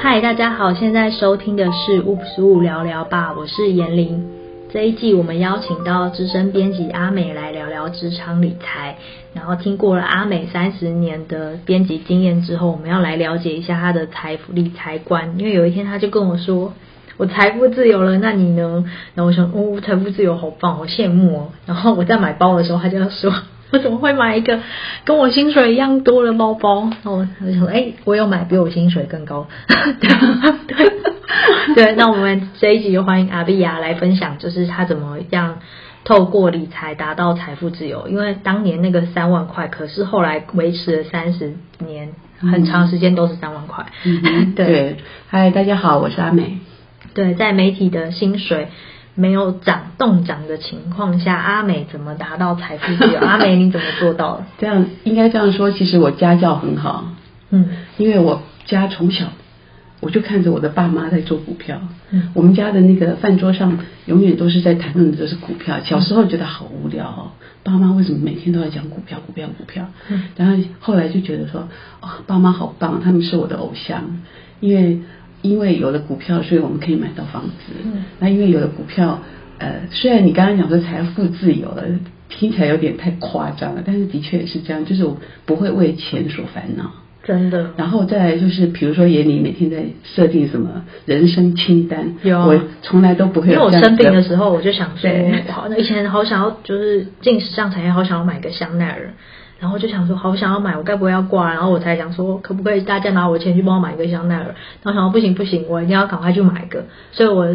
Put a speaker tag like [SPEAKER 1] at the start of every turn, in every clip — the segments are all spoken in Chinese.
[SPEAKER 1] 嗨，大家好，现在收听的是《Oops 物聊聊吧》，我是严玲。这一季我们邀请到资深编辑阿美来聊聊职场理财。然后听过了阿美三十年的编辑经验之后，我们要来了解一下她的财富理财观。因为有一天她就跟我说：“我财富自由了，那你呢？”然后我想：“哦，财富自由好棒，好羡慕哦。”然后我在买包的时候，她就要说。 我怎么会买一个跟我薪水一样多的包包？哦，我想说，哎、我有买比我薪水更高。 对对对，那我们这一集就欢迎阿碧亚来分享，就是她怎么样透过理财达到财富自由。因为当年那个三万块，可是后来维持了三十年，很长时间都是三万块。
[SPEAKER 2] 嗯 哼
[SPEAKER 1] 对
[SPEAKER 2] 对，嗨，大家好，我是阿美。
[SPEAKER 1] 对，在媒体的薪水。没有涨动涨的情况下，阿美怎么达到财富自由？ 阿美，你怎么做到的？
[SPEAKER 2] 这样应该这样说，其实我家教很好，
[SPEAKER 1] 嗯
[SPEAKER 2] 因为我家从小我就看着我的爸妈在做股票，
[SPEAKER 1] 嗯
[SPEAKER 2] 我们家的那个饭桌上永远都是在谈论的都是股票。小时候觉得好无聊哦，爸妈为什么每天都在讲股票、股票、股票？
[SPEAKER 1] 嗯
[SPEAKER 2] 然后后来就觉得说，哦，爸妈好棒，他们是我的偶像，因为因为有了股票，所以我们可以买到房子。
[SPEAKER 1] 嗯
[SPEAKER 2] 那因为有了股票，呃，虽然你刚刚讲说财富自由了，听起来有点太夸张了，但是的确也是这样，就是我不会为钱所烦恼。
[SPEAKER 1] 真的，
[SPEAKER 2] 然后再来就是，比如说也你每天在设定什么人生清单，
[SPEAKER 1] 有
[SPEAKER 2] 我从来都不会
[SPEAKER 1] 因为
[SPEAKER 2] 有
[SPEAKER 1] 我
[SPEAKER 2] 这样
[SPEAKER 1] 生病的时候，我就想说，
[SPEAKER 2] 对
[SPEAKER 1] 我好，以前好想要就是进时尚产业，好想要买个香奈儿，然后就想说，好想要买，我该不会要挂？然后我才想说，可不可以大家拿我钱去帮我买一个香奈儿？然后想说不行不行，我一定要赶快去买一个，所以我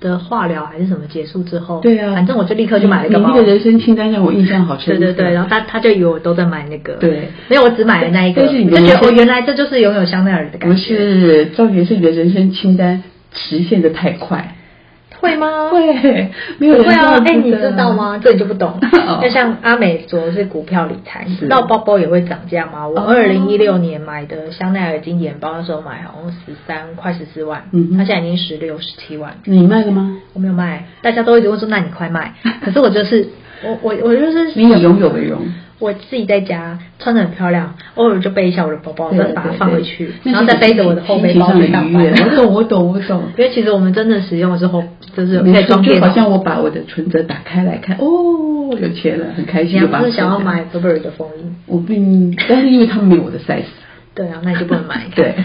[SPEAKER 1] 的化疗还是什么结束之后，
[SPEAKER 2] 对啊，
[SPEAKER 1] 反正我就立刻去买了一个
[SPEAKER 2] 你
[SPEAKER 1] 包
[SPEAKER 2] 那。个人生清单让我印象好深
[SPEAKER 1] 对
[SPEAKER 2] 刻。
[SPEAKER 1] 对对，然后他他就以为我都在买那个，
[SPEAKER 2] 对
[SPEAKER 1] 没有我只买了那一个，
[SPEAKER 2] 但是你
[SPEAKER 1] 我就觉得
[SPEAKER 2] 人生
[SPEAKER 1] 我原来这就是拥有香奈儿的感
[SPEAKER 2] 不
[SPEAKER 1] 觉，
[SPEAKER 2] 是重点是你的人生清单实现的太快。
[SPEAKER 1] 会吗？
[SPEAKER 2] 对，没有
[SPEAKER 1] 不
[SPEAKER 2] 人
[SPEAKER 1] 会啊，哎、
[SPEAKER 2] 这样
[SPEAKER 1] 你
[SPEAKER 2] 子的
[SPEAKER 1] 知道？吗？这你就不懂
[SPEAKER 2] 哦。
[SPEAKER 1] 就像阿美做的是股票理财，你
[SPEAKER 2] 是
[SPEAKER 1] 知道包包也会涨价吗？我
[SPEAKER 2] 哦
[SPEAKER 1] 二零一六年买的香奈儿经典包，那时候买好像十三快十四万，
[SPEAKER 2] 嗯哼
[SPEAKER 1] 它现在已经十六十七万。
[SPEAKER 2] 你卖了吗？
[SPEAKER 1] 我没有卖，大家都一直问说，那你快 卖。可是我就是，我我我就是
[SPEAKER 2] 你以拥有为荣。
[SPEAKER 1] 我自己在家穿的很漂亮，偶尔就背一下我的包包，
[SPEAKER 2] 对
[SPEAKER 1] 再把它放回去，然后再背着我的后背包
[SPEAKER 2] 上
[SPEAKER 1] 去
[SPEAKER 2] 的
[SPEAKER 1] 上
[SPEAKER 2] 愉
[SPEAKER 1] 班
[SPEAKER 2] 悦。。我懂，我懂，我懂。
[SPEAKER 1] 因为其实我们真的使用的时候，就是可
[SPEAKER 2] 没
[SPEAKER 1] 以
[SPEAKER 2] 错，
[SPEAKER 1] 装
[SPEAKER 2] 就
[SPEAKER 1] 电脑
[SPEAKER 2] 好。像我把我的存折打开来看，哦，有钱了，很开
[SPEAKER 1] 你
[SPEAKER 2] 心。
[SPEAKER 1] 要
[SPEAKER 2] 就把它
[SPEAKER 1] 不是想要
[SPEAKER 2] 存下来
[SPEAKER 1] 买 Burberry 的风衣，
[SPEAKER 2] 我并，但是因为他们没有我的 size，。
[SPEAKER 1] 对啊，那你就不能买
[SPEAKER 2] 对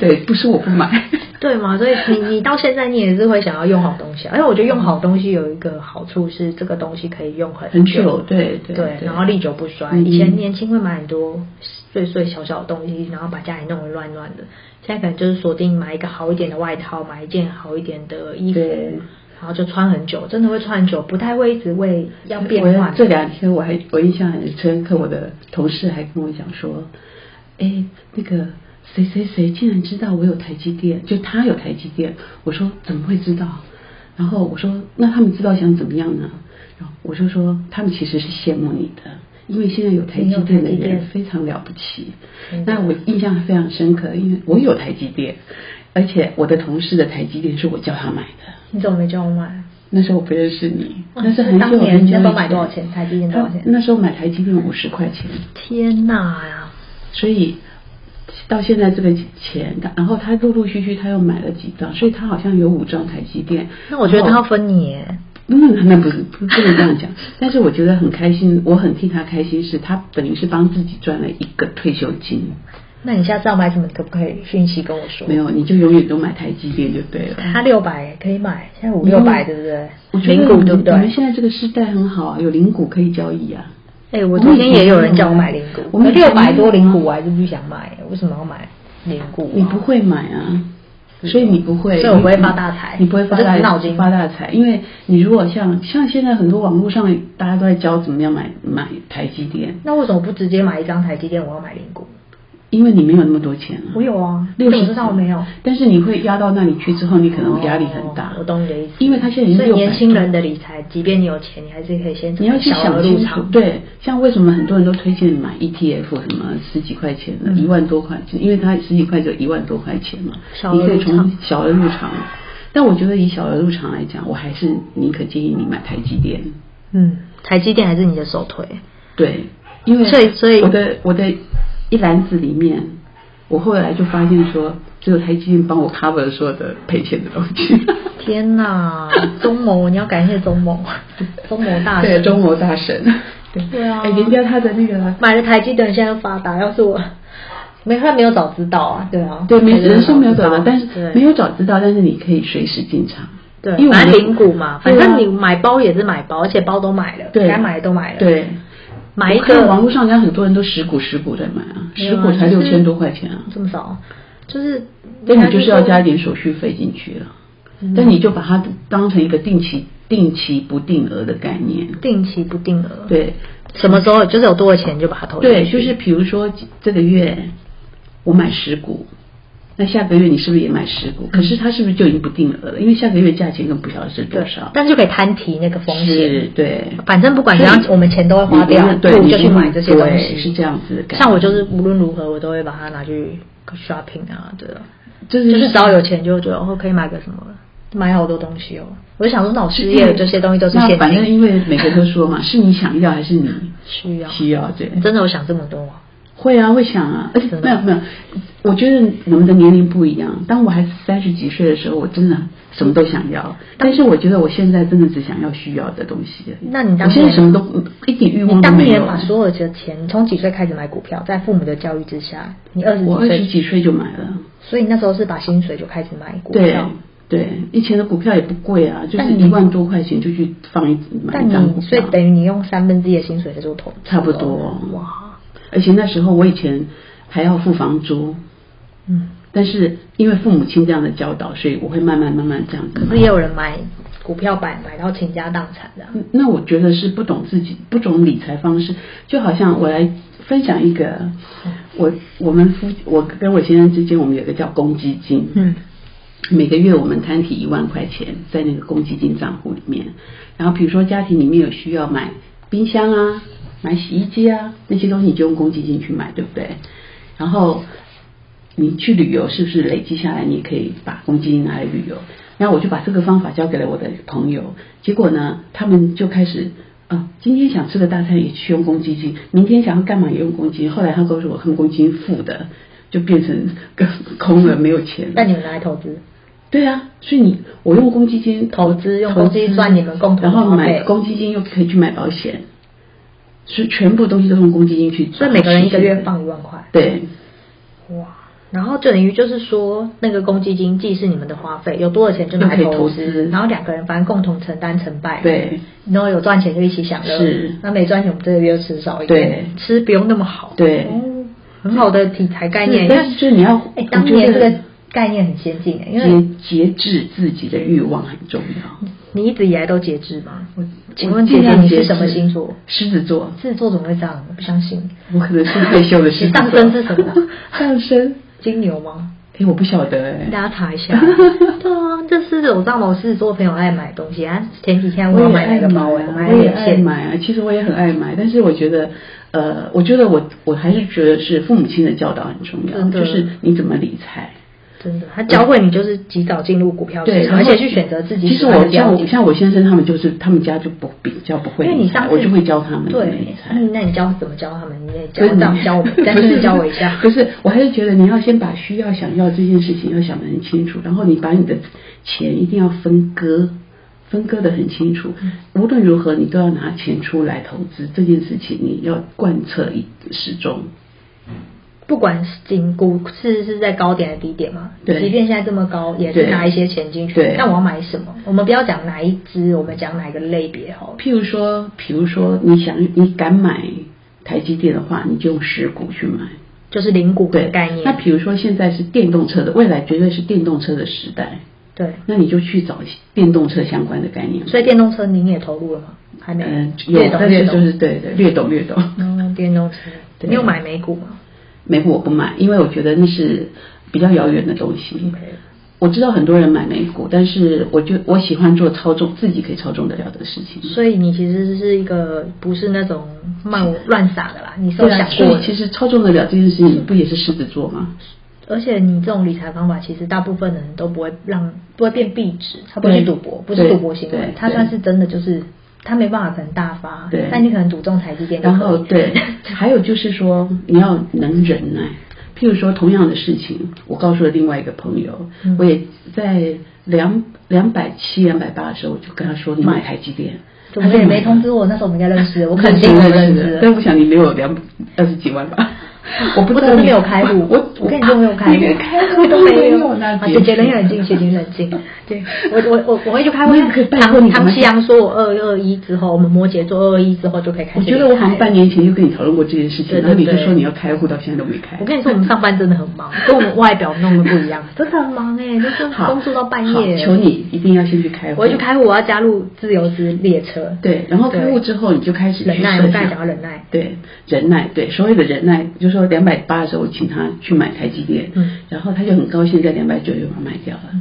[SPEAKER 2] 对，不是我不买，
[SPEAKER 1] 对嘛，所以你你到现在你也是会想要用好东西、啊，而且我觉得用好东西有一个好处是这个东西可以用很
[SPEAKER 2] 很久，对对
[SPEAKER 1] 对，然后历久不衰。
[SPEAKER 2] 嗯
[SPEAKER 1] 以前年轻会买很多碎碎小小的东西，然后把家里弄得乱乱的。现在可能就是锁定买一个好一点的外套，买一件好一点的衣服，
[SPEAKER 2] 对
[SPEAKER 1] 然后就穿很久，真的会穿很久，不太会一直为要变
[SPEAKER 2] 我
[SPEAKER 1] 换。
[SPEAKER 2] 这两天我还我印象很深刻，我的同事还跟我讲说，哎，那个谁谁谁竟然知道我有台积电，就他有台积电。我说怎么会知道？然后我说那他们知道想怎么样呢？然后我就说他们其实是羡慕你的。因为现在有台积电的
[SPEAKER 1] 你有台积电
[SPEAKER 2] 人非常了不起
[SPEAKER 1] 真，的
[SPEAKER 2] 那我印象非常深刻，因为我有台积电，而且我的同事的台积电是我叫他买的。
[SPEAKER 1] 你怎么没叫我买？
[SPEAKER 2] 那时候我不认识你，
[SPEAKER 1] 哇
[SPEAKER 2] 那是很久
[SPEAKER 1] 当年
[SPEAKER 2] 很久
[SPEAKER 1] 那
[SPEAKER 2] 以
[SPEAKER 1] 时候
[SPEAKER 2] 前
[SPEAKER 1] 买多少钱台积电多少钱
[SPEAKER 2] 他那时候买台积电五十块钱，
[SPEAKER 1] 天哪呀！
[SPEAKER 2] 所以到现在这个钱，然后他陆陆续续他又买了几张，所以他好像有五张台积电。
[SPEAKER 1] 那我觉得他
[SPEAKER 2] 然
[SPEAKER 1] 要
[SPEAKER 2] 后
[SPEAKER 1] 分你耶。
[SPEAKER 2] 嗯，那不是不不能这样讲， 但是我觉得很开心，我很替他开心，是他等于是帮自己赚了一个退休金。
[SPEAKER 1] 那你下次要买什么，可不可以讯息跟我说？
[SPEAKER 2] 没有，你就永远都买台积电就对了。
[SPEAKER 1] 它六百可以买，现在五六百，对不对
[SPEAKER 2] 我？觉
[SPEAKER 1] 零
[SPEAKER 2] 得
[SPEAKER 1] 股对不
[SPEAKER 2] 我们
[SPEAKER 1] 对？
[SPEAKER 2] 现在这个时代很好啊，有零股可以交易啊。
[SPEAKER 1] 哎，我昨天也有人叫我买零股，
[SPEAKER 2] 嗯
[SPEAKER 1] 我
[SPEAKER 2] 我们以前嗯
[SPEAKER 1] 六百多零股我还是不想买，为什么要买零股啊？
[SPEAKER 2] 你不会买啊，
[SPEAKER 1] 是
[SPEAKER 2] 所以你不会，
[SPEAKER 1] 所以我不会发大财
[SPEAKER 2] 你不会发
[SPEAKER 1] 我就
[SPEAKER 2] 大
[SPEAKER 1] 死脑筋
[SPEAKER 2] 发大财，因为你如果像像现在很多网络上大家都在教怎么样买买台积电，
[SPEAKER 1] 那为什么不直接买一张台积电？我要买零股，
[SPEAKER 2] 因为你没有那么多钱啊
[SPEAKER 1] 我，有啊，
[SPEAKER 2] 六
[SPEAKER 1] 你怎
[SPEAKER 2] 十
[SPEAKER 1] 么知道我没有？，
[SPEAKER 2] 但是你会压到那里去之后，你可能压力很大。
[SPEAKER 1] 哦我懂你的意思，
[SPEAKER 2] 因为他现在已
[SPEAKER 1] 所
[SPEAKER 2] 经
[SPEAKER 1] 以
[SPEAKER 2] 600
[SPEAKER 1] 年轻人的理财，即便你有钱，你还是可以先
[SPEAKER 2] 你要去
[SPEAKER 1] 小
[SPEAKER 2] 想
[SPEAKER 1] 额
[SPEAKER 2] 清
[SPEAKER 1] 入
[SPEAKER 2] 楚
[SPEAKER 1] 场，，
[SPEAKER 2] 对，像为什么很多人都推荐买 ETF 什么十几块钱
[SPEAKER 1] 嗯
[SPEAKER 2] 的，一、万多块钱，因为它十几块就一万多块钱嘛，
[SPEAKER 1] 小额
[SPEAKER 2] 你可以
[SPEAKER 1] 入场
[SPEAKER 2] 从小额入场。但我觉得以小额入场来讲，我还是宁可建议你买台积电，
[SPEAKER 1] 嗯，台积电还是你的首推，
[SPEAKER 2] 对，因为
[SPEAKER 1] 所以所以
[SPEAKER 2] 我的我的一篮子里面，我后来就发现说，只有台积电帮我 cover 所有的赔钱的东西。
[SPEAKER 1] 天哪，中谋，你要感谢中谋，中谋大
[SPEAKER 2] 对，
[SPEAKER 1] 神，
[SPEAKER 2] 中国大神。
[SPEAKER 1] 对啊
[SPEAKER 2] 哎，人家他的那个，
[SPEAKER 1] 买了台积电现在发达，要是我没他没有早知道啊，对啊，
[SPEAKER 2] 对，没
[SPEAKER 1] 台积电
[SPEAKER 2] 人说没有
[SPEAKER 1] 早知
[SPEAKER 2] 找到，
[SPEAKER 1] 道
[SPEAKER 2] 但是
[SPEAKER 1] 对
[SPEAKER 2] 没有早知道，但是你可以随时进场。
[SPEAKER 1] 对，
[SPEAKER 2] 因为我
[SPEAKER 1] 反
[SPEAKER 2] 们
[SPEAKER 1] 正零股嘛，反正
[SPEAKER 2] 对
[SPEAKER 1] 你
[SPEAKER 2] 啊
[SPEAKER 1] 买包也是买包，而且包都买了，
[SPEAKER 2] 对
[SPEAKER 1] 该买的都买了，，
[SPEAKER 2] 对，
[SPEAKER 1] 买一
[SPEAKER 2] 我看网
[SPEAKER 1] 个
[SPEAKER 2] 络上人家很多人都十股十股在买啊，
[SPEAKER 1] 没
[SPEAKER 2] 十
[SPEAKER 1] 有啊
[SPEAKER 2] 股才
[SPEAKER 1] 就
[SPEAKER 2] 六
[SPEAKER 1] 是
[SPEAKER 2] 千多块钱啊。
[SPEAKER 1] 这么少，就是
[SPEAKER 2] 但你就是要
[SPEAKER 1] 说
[SPEAKER 2] 加一点手续费进去了，
[SPEAKER 1] 嗯
[SPEAKER 2] 但你就把它当成一个定期、定期不定额的概念。
[SPEAKER 1] 定期不定额，，
[SPEAKER 2] 对，
[SPEAKER 1] 什么时候就是有多的钱就把它投进去，
[SPEAKER 2] 对，就是比如说这个月我买十股，那下个月你是不是也买十股？可是它是不是就已经不定额了？因为下个月价钱跟不晓得是多
[SPEAKER 1] 对
[SPEAKER 2] 少，。
[SPEAKER 1] 但是就可以摊提那个风险
[SPEAKER 2] 是，，对。
[SPEAKER 1] 反正不管怎样
[SPEAKER 2] 所，以
[SPEAKER 1] 我们钱都会花掉
[SPEAKER 2] 你，
[SPEAKER 1] 不
[SPEAKER 2] 对，
[SPEAKER 1] 如
[SPEAKER 2] 你
[SPEAKER 1] 就去买这些东
[SPEAKER 2] 对
[SPEAKER 1] 西，
[SPEAKER 2] 是这样子的感觉。
[SPEAKER 1] 像我就是无论如何我都会把它拿去 shopping 啊，对啊，
[SPEAKER 2] 就是
[SPEAKER 1] 就是只要有钱就觉得哦可以买个什么，买好多东西哦。我就想说，那我失业了，这些东西都是现
[SPEAKER 2] 嗯那
[SPEAKER 1] 金，
[SPEAKER 2] 反正因为每个人都说 嘛，是你想要还是你
[SPEAKER 1] 需要。
[SPEAKER 2] 需要？对，
[SPEAKER 1] 真的有想这么多吗？
[SPEAKER 2] 会啊，会想啊，而且
[SPEAKER 1] 真的
[SPEAKER 2] 没有没有，我觉得我们的年龄不一样。当我还是三十几岁的时候，我真的什么都想要，但是我觉得我现在真的只想要需要的东西而已。
[SPEAKER 1] 那你当
[SPEAKER 2] 嗯我现在
[SPEAKER 1] 年
[SPEAKER 2] 什么都一点欲
[SPEAKER 1] 你
[SPEAKER 2] 望都
[SPEAKER 1] 当
[SPEAKER 2] 没
[SPEAKER 1] 年
[SPEAKER 2] 有。
[SPEAKER 1] 把所有的钱，你从几岁开始买股票？在父母的教育之下，你二十
[SPEAKER 2] 我
[SPEAKER 1] 几
[SPEAKER 2] 二十
[SPEAKER 1] 岁，
[SPEAKER 2] 几岁就买了，
[SPEAKER 1] 所以你那时候是把薪水就开始买股
[SPEAKER 2] 对
[SPEAKER 1] 票。
[SPEAKER 2] 对，以前的股票也不贵啊，就是
[SPEAKER 1] 但你
[SPEAKER 2] 一万多块钱就去放一买
[SPEAKER 1] 但
[SPEAKER 2] 一张股
[SPEAKER 1] 你所以
[SPEAKER 2] 票，
[SPEAKER 1] 等于你用三分之一的薪水在做投资哦，
[SPEAKER 2] 差不多
[SPEAKER 1] 哇，
[SPEAKER 2] 而且那时候我以前还要付房租，
[SPEAKER 1] 嗯。
[SPEAKER 2] 但是因为父母亲这样的教导，所以我会慢慢慢慢这样子
[SPEAKER 1] 可
[SPEAKER 2] 买。
[SPEAKER 1] 是也有人买股票版买到倾家荡产的啊、
[SPEAKER 2] 嗯那我觉得是不懂自己、不懂理财方式，就好像我来分享一个，我我们夫我跟我先生之间，我们有一个叫公积金，
[SPEAKER 1] 嗯，
[SPEAKER 2] 每个月我们摊提一万块钱在那个公积金账户里面，然后比如说家庭里面有需要买冰箱啊、买洗衣机啊那些东西，你就用公积金去买，对不对？然后你去旅游是不是累积下来，你可以把公积金拿来旅游？然后我就把这个方法交给了我的朋友，结果呢，他们就开始。啊，今天想吃个大餐也去用公积金，明天想要干嘛也用公积金。后来他告诉我，他们公积金负的，就变成个空了，没有钱了。
[SPEAKER 1] 嗯但你们拿来投资，
[SPEAKER 2] 对啊，所以你我用公积金
[SPEAKER 1] 投资用公积金
[SPEAKER 2] 投资
[SPEAKER 1] 赚你们共同的
[SPEAKER 2] 然后
[SPEAKER 1] 花
[SPEAKER 2] 买
[SPEAKER 1] 费
[SPEAKER 2] 公积金又可以去买保险，所以全部东西都用公积金去。
[SPEAKER 1] 所以每个人一个月放一万块，
[SPEAKER 2] 对
[SPEAKER 1] 哇，然后等于就是说，那个公积金既是你们的花费，有多少钱就拿来
[SPEAKER 2] 又可以投
[SPEAKER 1] 资，
[SPEAKER 2] 资
[SPEAKER 1] 然后两个人反正共同承担成败，，
[SPEAKER 2] 对
[SPEAKER 1] 然后有赚钱就一起享乐，
[SPEAKER 2] 是
[SPEAKER 1] 那没赚钱我们这个月就吃少一点，
[SPEAKER 2] 对
[SPEAKER 1] 吃不用那么好，
[SPEAKER 2] 对
[SPEAKER 1] 哦，很好的理财概念，
[SPEAKER 2] 是但是就是你要
[SPEAKER 1] 哎
[SPEAKER 2] 我，
[SPEAKER 1] 当年
[SPEAKER 2] 觉
[SPEAKER 1] 这
[SPEAKER 2] 得
[SPEAKER 1] 个概念很先进，因为
[SPEAKER 2] 节节制自己的欲望很重要。
[SPEAKER 1] 你一直以来都节制嘛，请问
[SPEAKER 2] 我
[SPEAKER 1] 姐
[SPEAKER 2] 尽
[SPEAKER 1] 姐
[SPEAKER 2] 量
[SPEAKER 1] 你
[SPEAKER 2] 节
[SPEAKER 1] 是
[SPEAKER 2] 制
[SPEAKER 1] 什么星座？
[SPEAKER 2] 狮子座，
[SPEAKER 1] 狮子座怎么会这样？我不相信。
[SPEAKER 2] 我可能是退休的狮
[SPEAKER 1] 你
[SPEAKER 2] 子座。
[SPEAKER 1] 上升是什么？
[SPEAKER 2] 上升？
[SPEAKER 1] 金牛吗？
[SPEAKER 2] 哎，我不晓得哎。
[SPEAKER 1] 大家查一 下。对啊，这狮子我知道我狮子座朋友爱买东西，啊，前几天我有
[SPEAKER 2] 也
[SPEAKER 1] 买
[SPEAKER 2] 爱
[SPEAKER 1] 那个包，
[SPEAKER 2] 啊
[SPEAKER 1] 买
[SPEAKER 2] 我也
[SPEAKER 1] 眼
[SPEAKER 2] 爱
[SPEAKER 1] 线。
[SPEAKER 2] 买啊。其实我也很爱买，但是我觉得，呃，我觉得我我还是觉得是父母亲的教导很重要，
[SPEAKER 1] 真的
[SPEAKER 2] 就是你怎么理财。
[SPEAKER 1] 真的，他教会你就是及早进入股票市
[SPEAKER 2] 对，
[SPEAKER 1] 场，
[SPEAKER 2] 然
[SPEAKER 1] 而
[SPEAKER 2] 后
[SPEAKER 1] 且去选择自己
[SPEAKER 2] 其实
[SPEAKER 1] 喜欢的
[SPEAKER 2] 我
[SPEAKER 1] 标
[SPEAKER 2] 像
[SPEAKER 1] 的
[SPEAKER 2] 我。像我先生他们就是他们家就不比较不会
[SPEAKER 1] 因为
[SPEAKER 2] 理
[SPEAKER 1] 你
[SPEAKER 2] 财，
[SPEAKER 1] 上
[SPEAKER 2] 我
[SPEAKER 1] 次
[SPEAKER 2] 就会教他们怎么
[SPEAKER 1] 对
[SPEAKER 2] 理，财。
[SPEAKER 1] 嗯，那你教怎么教他们？你也教
[SPEAKER 2] 所以
[SPEAKER 1] 这
[SPEAKER 2] 你
[SPEAKER 1] 样 教我们，但
[SPEAKER 2] 不
[SPEAKER 1] 是教我一下。
[SPEAKER 2] 不是，我还是觉得你要先把需要、想要这件事情要想得很清楚，然后你把你的钱一定要分割，分割得很清楚。
[SPEAKER 1] 嗯
[SPEAKER 2] 无论如何，你都要拿钱出来投资这件事情，你要贯彻一始终。
[SPEAKER 1] 不管是进股市是在高点还是低点嘛，
[SPEAKER 2] 对
[SPEAKER 1] 即便现在这么高，也是
[SPEAKER 2] 对
[SPEAKER 1] 拿一些钱进去
[SPEAKER 2] 对。
[SPEAKER 1] 那我要买什么？我们不要讲哪一支，我们讲哪个类别好了。
[SPEAKER 2] 譬如说，譬如说，你想你敢买台积电的话，你就用十股去买。
[SPEAKER 1] 就是零股的
[SPEAKER 2] 对，
[SPEAKER 1] 概念。
[SPEAKER 2] 那比如说，现在是电动车的，未来绝对是电动车的时代，
[SPEAKER 1] 对，
[SPEAKER 2] 那你就去找电动车相关的概念。
[SPEAKER 1] 所以电动车您也投入了吗？还没，
[SPEAKER 2] 嗯，
[SPEAKER 1] 略
[SPEAKER 2] 有，
[SPEAKER 1] 懂
[SPEAKER 2] 但
[SPEAKER 1] 略
[SPEAKER 2] 是就
[SPEAKER 1] 懂。
[SPEAKER 2] 是对对，略懂略懂。
[SPEAKER 1] 嗯，电动车，
[SPEAKER 2] 对
[SPEAKER 1] 你有买美股吗
[SPEAKER 2] 美股我不买，因为我觉得那是比较遥远的东西。
[SPEAKER 1] ？OK，
[SPEAKER 2] 我知道很多人买美股，但是我就我喜欢做操纵，自己可以操纵得了的事情。
[SPEAKER 1] 所以你其实是一个不是那种漫乱撒的啦，你是有
[SPEAKER 2] 对
[SPEAKER 1] 想
[SPEAKER 2] 啊，所
[SPEAKER 1] 过
[SPEAKER 2] 以
[SPEAKER 1] 的。
[SPEAKER 2] 其实操纵得了这件事情，不也是狮子座吗？
[SPEAKER 1] 而且你这种理财方法，其实大部分人都不会让不会变币值，他不会
[SPEAKER 2] 对
[SPEAKER 1] 去赌博，不是
[SPEAKER 2] 对
[SPEAKER 1] 赌博行为
[SPEAKER 2] 对，
[SPEAKER 1] 他
[SPEAKER 2] 对
[SPEAKER 1] 算是真的就是他没办法可能大发
[SPEAKER 2] 对，
[SPEAKER 1] 但你可能赌中台积电就
[SPEAKER 2] 然
[SPEAKER 1] 可
[SPEAKER 2] 后
[SPEAKER 1] 以。
[SPEAKER 2] 对，还有就是说你要能忍耐。譬如说，同样的事情，我告诉了另外一个朋友，
[SPEAKER 1] 嗯
[SPEAKER 2] 我也在两两百七、两百八的时候，我就跟他说：“你买台积电。”
[SPEAKER 1] 嗯怎么也没通知
[SPEAKER 2] 我。
[SPEAKER 1] 我？那时候我们应该认识，我
[SPEAKER 2] 我
[SPEAKER 1] 肯定不认识。
[SPEAKER 2] 但我想你没有两二十几万 吧？我不知
[SPEAKER 1] 我
[SPEAKER 2] 道
[SPEAKER 1] 怎么
[SPEAKER 2] 你
[SPEAKER 1] 没有开路
[SPEAKER 2] 我啊
[SPEAKER 1] 我跟你都没有开
[SPEAKER 2] 你连
[SPEAKER 1] 路，
[SPEAKER 2] 开路
[SPEAKER 1] 都
[SPEAKER 2] 没
[SPEAKER 1] 有。
[SPEAKER 2] 那
[SPEAKER 1] 啊
[SPEAKER 2] 别
[SPEAKER 1] 姐姐冷
[SPEAKER 2] 说
[SPEAKER 1] 眼静，姐姐冷静。对我我我我会去开会
[SPEAKER 2] 你可以。拜托
[SPEAKER 1] 唐
[SPEAKER 2] 你
[SPEAKER 1] 唐
[SPEAKER 2] 们
[SPEAKER 1] 七阳说我二二一之后，我们摩羯座二二一之后就可以开始
[SPEAKER 2] 我
[SPEAKER 1] 理财
[SPEAKER 2] 觉
[SPEAKER 1] 了。
[SPEAKER 2] 得我好像半年前就跟你讨论过这件事情，
[SPEAKER 1] 对对
[SPEAKER 2] 然后你就
[SPEAKER 1] 对
[SPEAKER 2] 说你要开户，到现在都没开。
[SPEAKER 1] 我跟你说，我们上班真的很忙，跟我们外表弄的不一样，真的很忙哎、就是
[SPEAKER 2] 好，
[SPEAKER 1] 工作到半夜。
[SPEAKER 2] 好求你一定要先去开户。
[SPEAKER 1] 我要去开户，我要加入自由之列车。
[SPEAKER 2] 对，然后开户
[SPEAKER 1] 对
[SPEAKER 2] 之后你就开始去
[SPEAKER 1] 忍耐，我
[SPEAKER 2] 设
[SPEAKER 1] 刚才
[SPEAKER 2] 想
[SPEAKER 1] 讲到忍耐。
[SPEAKER 2] 对，忍耐，对，所谓的忍耐，就说两百八的时候，我请他去买台积电，
[SPEAKER 1] 嗯
[SPEAKER 2] 然后他就很高兴在两百九就把它卖掉了，
[SPEAKER 1] 嗯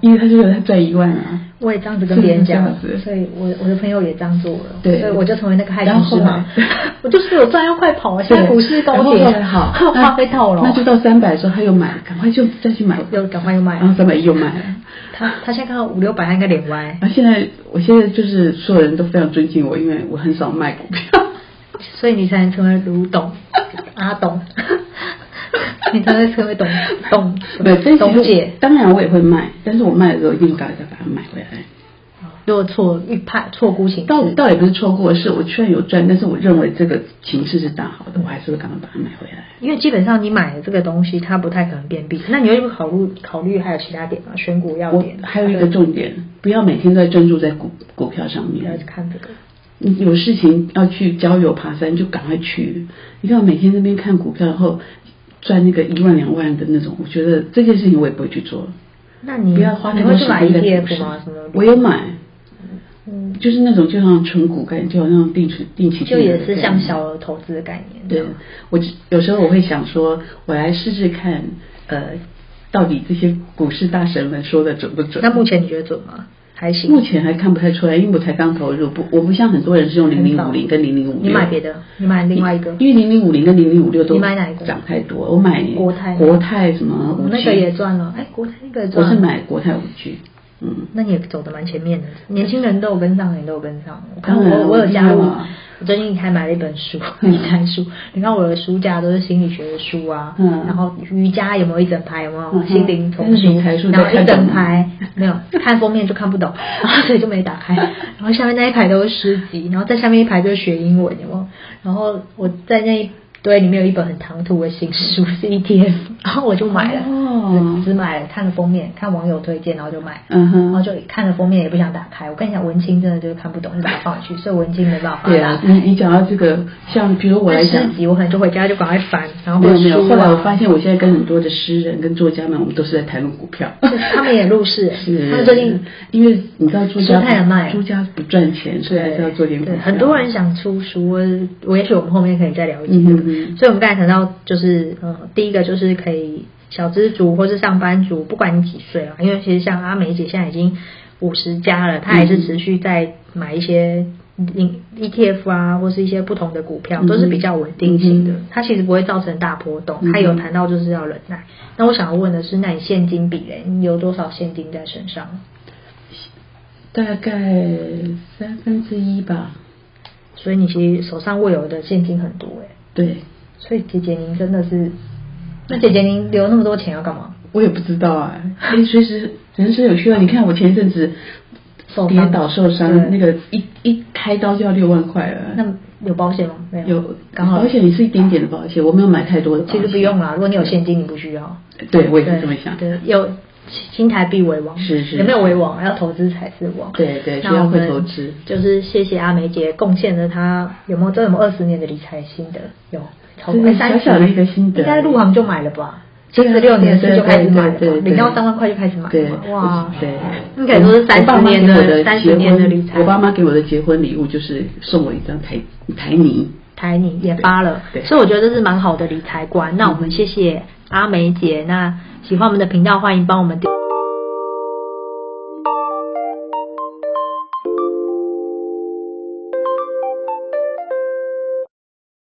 [SPEAKER 2] 因为他觉得他赚一万啊。
[SPEAKER 1] 我也这样子跟别人讲
[SPEAKER 2] 是不是这样，子
[SPEAKER 1] 所以我我的朋友也这样做了，
[SPEAKER 2] 对
[SPEAKER 1] 所以我就成为那个害
[SPEAKER 2] 然
[SPEAKER 1] 群
[SPEAKER 2] 后
[SPEAKER 1] 之马
[SPEAKER 2] 呢。
[SPEAKER 1] 我就是有赚要快跑啊，现在
[SPEAKER 2] 对
[SPEAKER 1] 股市
[SPEAKER 2] 然
[SPEAKER 1] 高
[SPEAKER 2] 后
[SPEAKER 1] 点
[SPEAKER 2] 后 来，好，那
[SPEAKER 1] 花费到了，
[SPEAKER 2] 那就到三百的时候他又买，赶快就再去买，
[SPEAKER 1] 又赶快又嗯卖
[SPEAKER 2] 然。后三百一又买了。
[SPEAKER 1] 他他现在看到五六百，他应该脸歪。
[SPEAKER 2] 然后现在，我现在就是所有人都非常尊敬我，因为我很少卖股 票。
[SPEAKER 1] 所以你才能成为卢 董、阿董， 你才能成为董董
[SPEAKER 2] 对，所以其实
[SPEAKER 1] 董姐。
[SPEAKER 2] 当然我也会卖，但是我卖的时候一定赶快再把它买回来。
[SPEAKER 1] 如果错预判错估情
[SPEAKER 2] 倒
[SPEAKER 1] 势，
[SPEAKER 2] 倒也不是错过，是我虽然有赚，但是我认为这个形势是大好
[SPEAKER 1] 嗯
[SPEAKER 2] 的，我还是会赶快把它买回来。
[SPEAKER 1] 因为基本上你买的这个东西，它不太可能变币。那你会考虑考虑还有其他点吗？选股要
[SPEAKER 2] 我
[SPEAKER 1] 点，
[SPEAKER 2] 还有一个重点，不要每天都在专注在股股票上
[SPEAKER 1] 不要去
[SPEAKER 2] 面。
[SPEAKER 1] 看这个。
[SPEAKER 2] 你有事情要去郊游、爬山，就赶快去。你不要每天那边看股票，然后赚那个一万两万的那种。我觉得这件事情我也不会去做。
[SPEAKER 1] 那你
[SPEAKER 2] 不要花
[SPEAKER 1] 你
[SPEAKER 2] 太多
[SPEAKER 1] 会
[SPEAKER 2] 时
[SPEAKER 1] 去买
[SPEAKER 2] 间在股
[SPEAKER 1] ETF
[SPEAKER 2] 市
[SPEAKER 1] 吗？什么？
[SPEAKER 2] 我有买，
[SPEAKER 1] 嗯，
[SPEAKER 2] 就是那种就像纯股概念，就好像定期定期定额
[SPEAKER 1] 就也是
[SPEAKER 2] 这
[SPEAKER 1] 像
[SPEAKER 2] 样
[SPEAKER 1] 小额投资的概念。
[SPEAKER 2] 对，我就有时候我会想说，我来试试看，呃，到底这些股市大神们说的准不准？
[SPEAKER 1] 那目前你觉得准吗？还行。
[SPEAKER 2] 目前还看不太出来，因为我才刚投入，不，我不像很多人是用零零五零跟零零五六。
[SPEAKER 1] 你买别的，你买另外一个。
[SPEAKER 2] 因为零零五零跟零零五六都
[SPEAKER 1] 你买哪一个
[SPEAKER 2] 涨太多，我买
[SPEAKER 1] 国泰哦
[SPEAKER 2] 国泰什么五 G，
[SPEAKER 1] 那个也赚了，哎，国泰那个也
[SPEAKER 2] 我
[SPEAKER 1] 赚了。
[SPEAKER 2] 是买国泰五 G，嗯，
[SPEAKER 1] 那你也走的蛮前面的，年轻人都有跟上，你都有跟上。我看
[SPEAKER 2] 当然
[SPEAKER 1] 我我有加入
[SPEAKER 2] 一定要啊，
[SPEAKER 1] 我最近还买了一本书，
[SPEAKER 2] 嗯
[SPEAKER 1] 理财书。你 看我的书架都是心理学的书啊，
[SPEAKER 2] 嗯
[SPEAKER 1] 然后瑜伽有没有一整排？有没
[SPEAKER 2] 嗯
[SPEAKER 1] 有
[SPEAKER 2] 哼
[SPEAKER 1] 心灵丛书
[SPEAKER 2] 那理财书？
[SPEAKER 1] 然
[SPEAKER 2] 都
[SPEAKER 1] 后
[SPEAKER 2] 看
[SPEAKER 1] 一整
[SPEAKER 2] 懂吗
[SPEAKER 1] 排没有，看封面就看不懂，然后所以就没打开。然后下面那一排都是诗集，然后在下面一排就是学英文，有没有？然后我在那一堆里面有一本很唐突的新书是 ETF，然后我就买了，
[SPEAKER 2] 哦
[SPEAKER 1] 只只买了看了封面，看网友推荐，然后就买了。
[SPEAKER 2] 嗯哼
[SPEAKER 1] 然后哦就看着封面也不想打开。我跟你讲，文青真的就是看不懂，你把它放进去，所以文青没办法
[SPEAKER 2] 对
[SPEAKER 1] 打
[SPEAKER 2] 啊，
[SPEAKER 1] 开。
[SPEAKER 2] 你你讲到这个，像比如我来
[SPEAKER 1] 但
[SPEAKER 2] 讲
[SPEAKER 1] 诗，集我可能就回家就赶快翻，然后
[SPEAKER 2] 没
[SPEAKER 1] 或
[SPEAKER 2] 有
[SPEAKER 1] 者
[SPEAKER 2] 没有，
[SPEAKER 1] 书啊
[SPEAKER 2] 后来我 发现我现在跟很多的诗人跟作家们，我们都是在谈论 股票。
[SPEAKER 1] 他们也入市，
[SPEAKER 2] 是，
[SPEAKER 1] 他们最近
[SPEAKER 2] 因为你知道作家
[SPEAKER 1] 书太难卖
[SPEAKER 2] 作家不赚钱，所以还是要做点股啊
[SPEAKER 1] 对
[SPEAKER 2] 票。
[SPEAKER 1] 很多人想出书，我我也许我们后面可以再了解
[SPEAKER 2] 嗯
[SPEAKER 1] 这
[SPEAKER 2] 哼
[SPEAKER 1] 个。
[SPEAKER 2] 嗯
[SPEAKER 1] 所以我们刚才谈到，就是呃，第一个就是可以小资族或是上班族，不管你几岁啊，因为其实像阿梅姐现在已经五十加了，她还是
[SPEAKER 2] 嗯
[SPEAKER 1] 持续在买一些。零 ETF 啊，或是一些不同的股票，都是比较稳定性的，
[SPEAKER 2] 嗯嗯哼
[SPEAKER 1] 它其实不会造成大波动。
[SPEAKER 2] 嗯哼
[SPEAKER 1] 它有谈到就是要忍耐。那我想要问的是，那你现金比嘞，你有多少现金在身上？
[SPEAKER 2] 大概三分之一吧，
[SPEAKER 1] 所以你其实手上握有的现金很多哎、
[SPEAKER 2] 对
[SPEAKER 1] 所以姐姐您真的是，那姐姐您留那么多钱要干嘛？
[SPEAKER 2] 我也不知道啊，哎，随时人生有需要。你看我前一阵子
[SPEAKER 1] 受伤
[SPEAKER 2] 跌倒受伤，
[SPEAKER 1] 对
[SPEAKER 2] 那个一一开刀就要六万块了。
[SPEAKER 1] 那有保险吗？没有，
[SPEAKER 2] 有
[SPEAKER 1] 刚好
[SPEAKER 2] 保。险也是一点点的保险，我没有买太多的保
[SPEAKER 1] 其
[SPEAKER 2] 险。
[SPEAKER 1] 实不用啦，如果你有现金，你不需要。
[SPEAKER 2] 对，我也是这么想。
[SPEAKER 1] 对，对有新台币为王，
[SPEAKER 2] 是是
[SPEAKER 1] 有没有为王？要投资才是王。
[SPEAKER 2] 对对
[SPEAKER 1] 那
[SPEAKER 2] 需要
[SPEAKER 1] 我们
[SPEAKER 2] 会投资
[SPEAKER 1] 就是谢谢阿梅姐贡献了她有没有都有没有二十年的理财心得？有，超哎
[SPEAKER 2] 对
[SPEAKER 1] 30
[SPEAKER 2] 小小的一个心得
[SPEAKER 1] 应该入行就买了吧？
[SPEAKER 2] 对啊
[SPEAKER 1] 十六年是就开始买了吧
[SPEAKER 2] 对对对，对
[SPEAKER 1] 领到三万块就开始买
[SPEAKER 2] 对
[SPEAKER 1] 了吧，哇，
[SPEAKER 2] 对，
[SPEAKER 1] 那可以说是
[SPEAKER 2] 我爸
[SPEAKER 1] 三十
[SPEAKER 2] 妈
[SPEAKER 1] 年
[SPEAKER 2] 给我的
[SPEAKER 1] 三
[SPEAKER 2] 结
[SPEAKER 1] 十年的
[SPEAKER 2] 婚
[SPEAKER 1] 理财。
[SPEAKER 2] 我爸妈给我的结婚礼物就是送我一张台台泥，
[SPEAKER 1] 台泥也发了，
[SPEAKER 2] 对对嗯
[SPEAKER 1] 所以我觉得这是蛮好的理财观。那我们谢谢阿梅姐，那喜欢我们的频道，欢迎帮我们订。